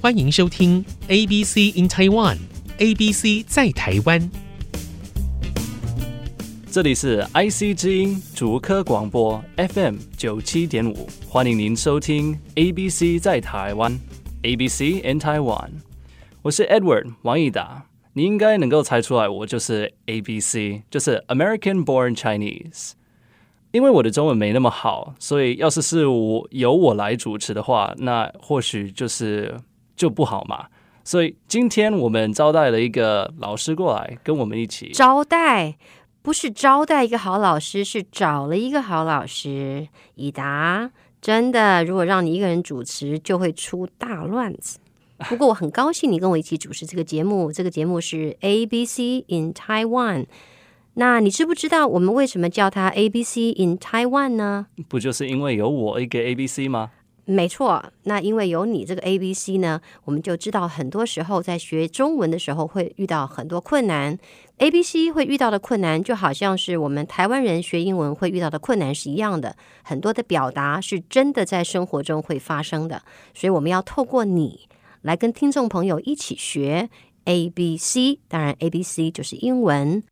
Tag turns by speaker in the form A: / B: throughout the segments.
A: 欢迎收听 ABC in Taiwan。ABC 在台湾，
B: 这里是 IC 之音竹科广播 FM 九七点五，欢迎您收听 ABC 在台湾 ABC in Taiwan。我是 Edward 王益达，你应该能够猜出来，我就是 ABC，就是 American Born Chinese。因为我的中文没那么好，所以要是是我由我来主持的话，那或许就是就不好嘛。所以今天我们招待了一个老师过来跟我们一起
C: 招待不是招待一个好老师，是找了一个好老师。以达，真的，如果让你一个人主持，就会出大乱子。不过我很高兴你跟我一起主持这个节目，这个节目是 ABC in Taiwan。那你知不知道我们为什么叫它 ABC in Taiwan 呢？
B: 不就是因为有我一个 A B C 吗？
C: 没错，那因为有你这个 A B C 呢，我们就知道很多时候在学中文的时候会遇到很多困难。A B C 会遇到的困难，就好像是我们台湾人学英文会遇到的困难是一样的，很多的表达是真的在生活中会发生的，所以我们要透过你来跟听众朋友一起学 A B C。当然，A B C 就是英文。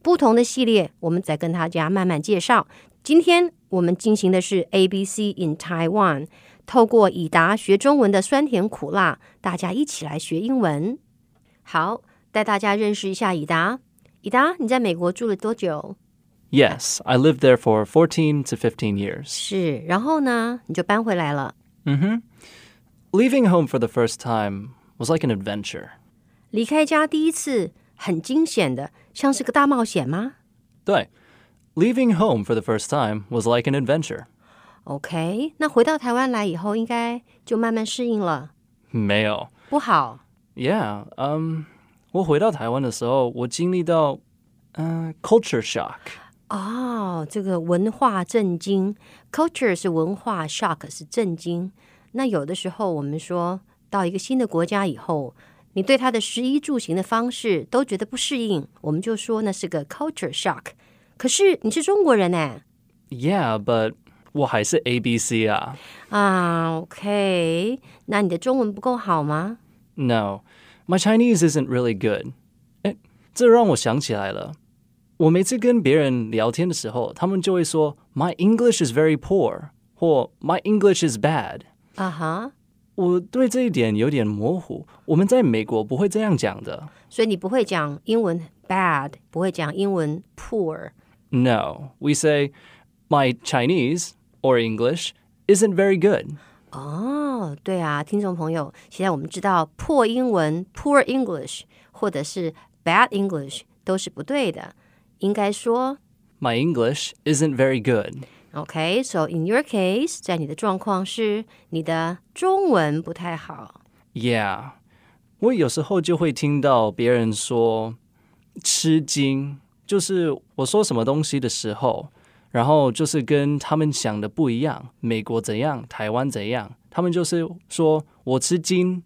C: 不同的系列，我们再跟大家慢慢介绍。今天我们进行的是 A B C in Taiwan。透过以达学中文的酸甜苦辣，大家一起来学英文。好，带大家认识一下以达。以达，你在美国住了多久？
B: Yes, I lived there for 14 to 15 years.
C: 是，然后呢，你就搬回来了。
B: Leaving home for the first time was like an adventure.
C: 离开家第一次很惊险的，像是个大冒险吗
B: 对, leaving home for the first time was like an adventure.
C: ？OK，那回到台湾来以后，应该就慢慢适应了。
B: 没有。
C: 不好，
B: Yeah, um, 我回到台湾的时候，我经历到，嗯、uh, culture shock.
C: 哦，这个文化震惊，culture 是文化，shock 是震惊。那有的时候我们说到一个新的国家以后，你对它的食衣住行的方式都觉得不适应，我们就说那是个 culture shock。可是你是中国人哎呢？
B: Yeah, but 我还是 A B C 啊。
C: 啊，OK，那你的中文不够好吗？
B: No, my Chinese isn't really good. 哎，这让我想起来了，我每次跟别人聊天的时候，他们就会说 My English is very poor 或 My English is bad。
C: 啊哈，
B: 我对这一点有点模糊。我们在美国不会这样讲的。
C: 所以你不会讲英文 bad，不会讲英文 poor。
B: No, we say My Chinese or English isn't very good.
C: 哦，对啊，听众朋友，现在我们知道破英文 （poor English） 或者是 bad English 都是不对的，应该说
B: My English isn't very good.
C: OK。So in your case，在你的状况是你的中文不太好。
B: Yeah，我有时候就会听到别人说吃惊，就是我说什么东西的时候，然后就是跟他们想的不一样，美国怎样，台湾怎样，他们就是说我吃惊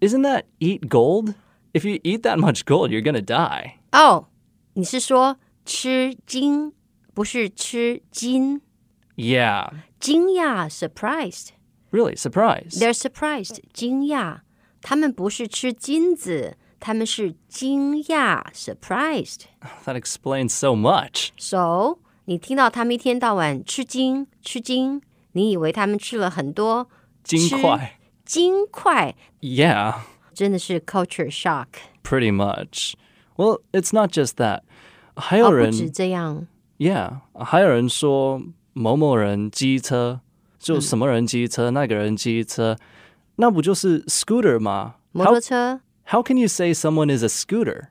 B: ，Isn't that eat gold? If you eat that much gold, you're gonna die.
C: 哦，你是说吃惊，不是吃惊？
B: Yeah,
C: 惊讶 （surprised）。
B: really surprised.
C: They're surprised，惊讶。他们不是吃金子，他们是惊讶 （surprised）。
B: That explains so much.
C: So，你听到他们一天到晚吃惊吃惊，你以为他们吃了很多
B: 金块
C: 金块，
B: ，Yeah.
C: 真的是 culture shock。
B: Pretty much. Well, it's not just that. 还
C: 哦，
B: 有
C: 不
B: 人、
C: 止这样
B: Yeah，还有人说某某人机车，就什么人机车，那个人机车，那不就是 scooter 吗
C: 摩托
B: ？How
C: 车
B: how can you say someone is a scooter？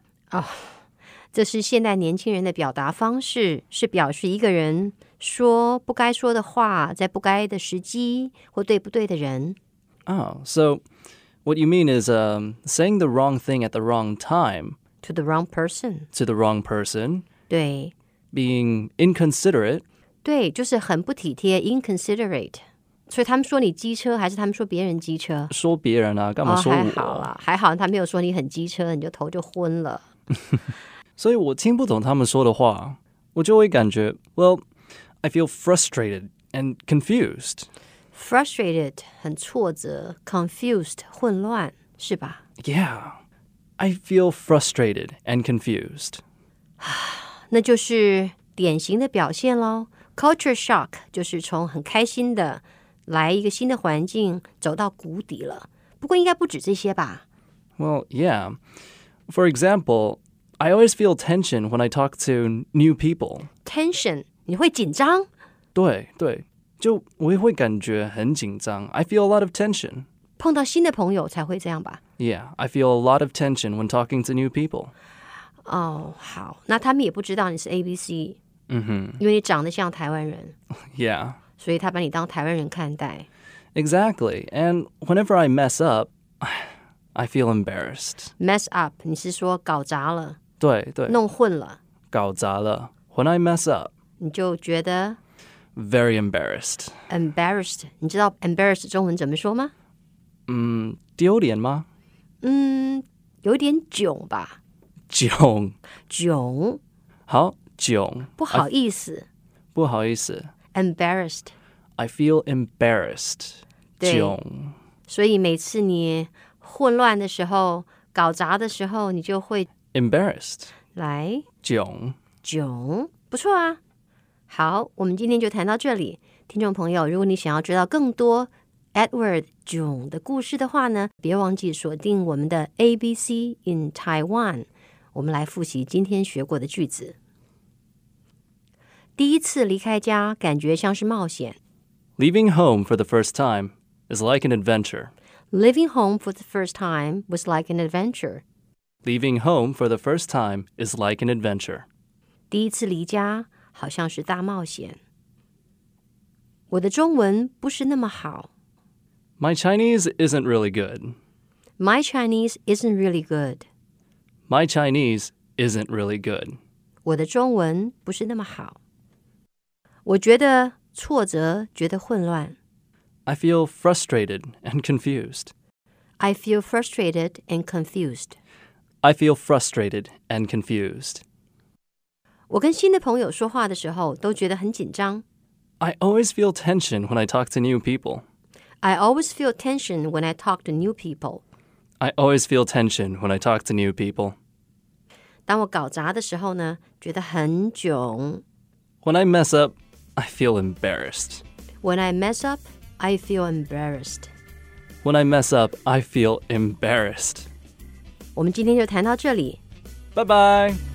C: 这是现代年轻人的表达方式，是表示一个人说不该说的话，在不该的时机或对不对的人。
B: Oh, so what you mean is um, saying the wrong thing at the wrong time
C: To the wrong person，
B: to the wrong person,
C: 对
B: being inconsiderate.
C: 对，就是很不体贴，inconsiderate。所以他们说你机车，还是他们说别人机车？
B: 说别人啊，干嘛
C: 哦，
B: 说
C: 还
B: 我？
C: 好啦，还好他没有说你很机车，你就头就昏了。
B: 所以我听不懂他们说的话，我就会感觉，Well, I feel frustrated and confused.
C: frustrated 很挫折，confused 混乱，是吧？
B: Yeah. I feel frustrated and confused.
C: 那就是典型的表现喽。Culture shock 就是从很开心的来一个新的环境走到谷底了。不过应该不止这些吧？
B: Well, yeah. For example, I always feel tension when I talk to new people.
C: tension，你会紧张。
B: 对对，就我也会感觉很紧张。I feel a lot of tension.
C: 碰到新的朋友才会这样吧？
B: Yeah, I feel a lot of tension when talking to new people.
C: 哦，好，那他们也不知道你是 A B C，嗯哼，因为你长得像台湾人，
B: Yeah,
C: 所以他把你当台湾人看待。
B: exactly. And whenever I mess up, I feel embarrassed.
C: Mess up，你是说搞砸了、
B: 对对，
C: 弄混了，
B: 搞砸了。When I mess up,
C: 你就觉得
B: very embarrassed.
C: embarrassed。你知道 embarrassed 中文怎么说吗？
B: 丢脸吗？
C: 嗯，有一点囧吧，
B: 囧。
C: 囧，
B: 好，囧。
C: 不好意思、
B: 不好意思。I
C: e m b a r r a s s e d
B: feel embarrassed.
C: 对。
B: 囧。
C: 所以每次你混乱的时候、搞砸的时候，你就会
B: Embarrassed.
C: 来
B: 囧。
C: 囧，不错啊。好，我们今天就谈到这里。听众朋友，如果你想要知道更多 Edward 囧的故事的话呢，别忘记锁定我们的 ABC in Taiwan。我们来复习今天学过的句子。第一次离开家，感觉像是冒险。
B: Leaving home for the first time is like an adventure.
C: Living home for the first time was like an adventure。
B: Leaving home for the first time is like an adventure.
C: 第一次离家好像是大冒险。我的中文不是那么好。
B: My Chinese isn't really good.
C: My Chinese isn't really good.
B: My Chinese isn't really good.
C: 我的中文不是那么好。我觉得挫折，觉得混乱。
B: I feel frustrated and confused.
C: I feel frustrated and confused.
B: I feel frustrated and confused.
C: 我跟新的朋友说话的时候都觉得很紧张。
B: I always feel tension when I talk to new people.
C: I always feel tension when I talk to new people.
B: I always feel tension when I talk to new people.
C: 当我搞砸的时候呢，觉得很囧。
B: When I mess up, I feel embarrassed.
C: When I mess up, I feel embarrassed.
B: When I mess up, I feel embarrassed.
C: 我们今天就谈到这里。
B: Bye bye.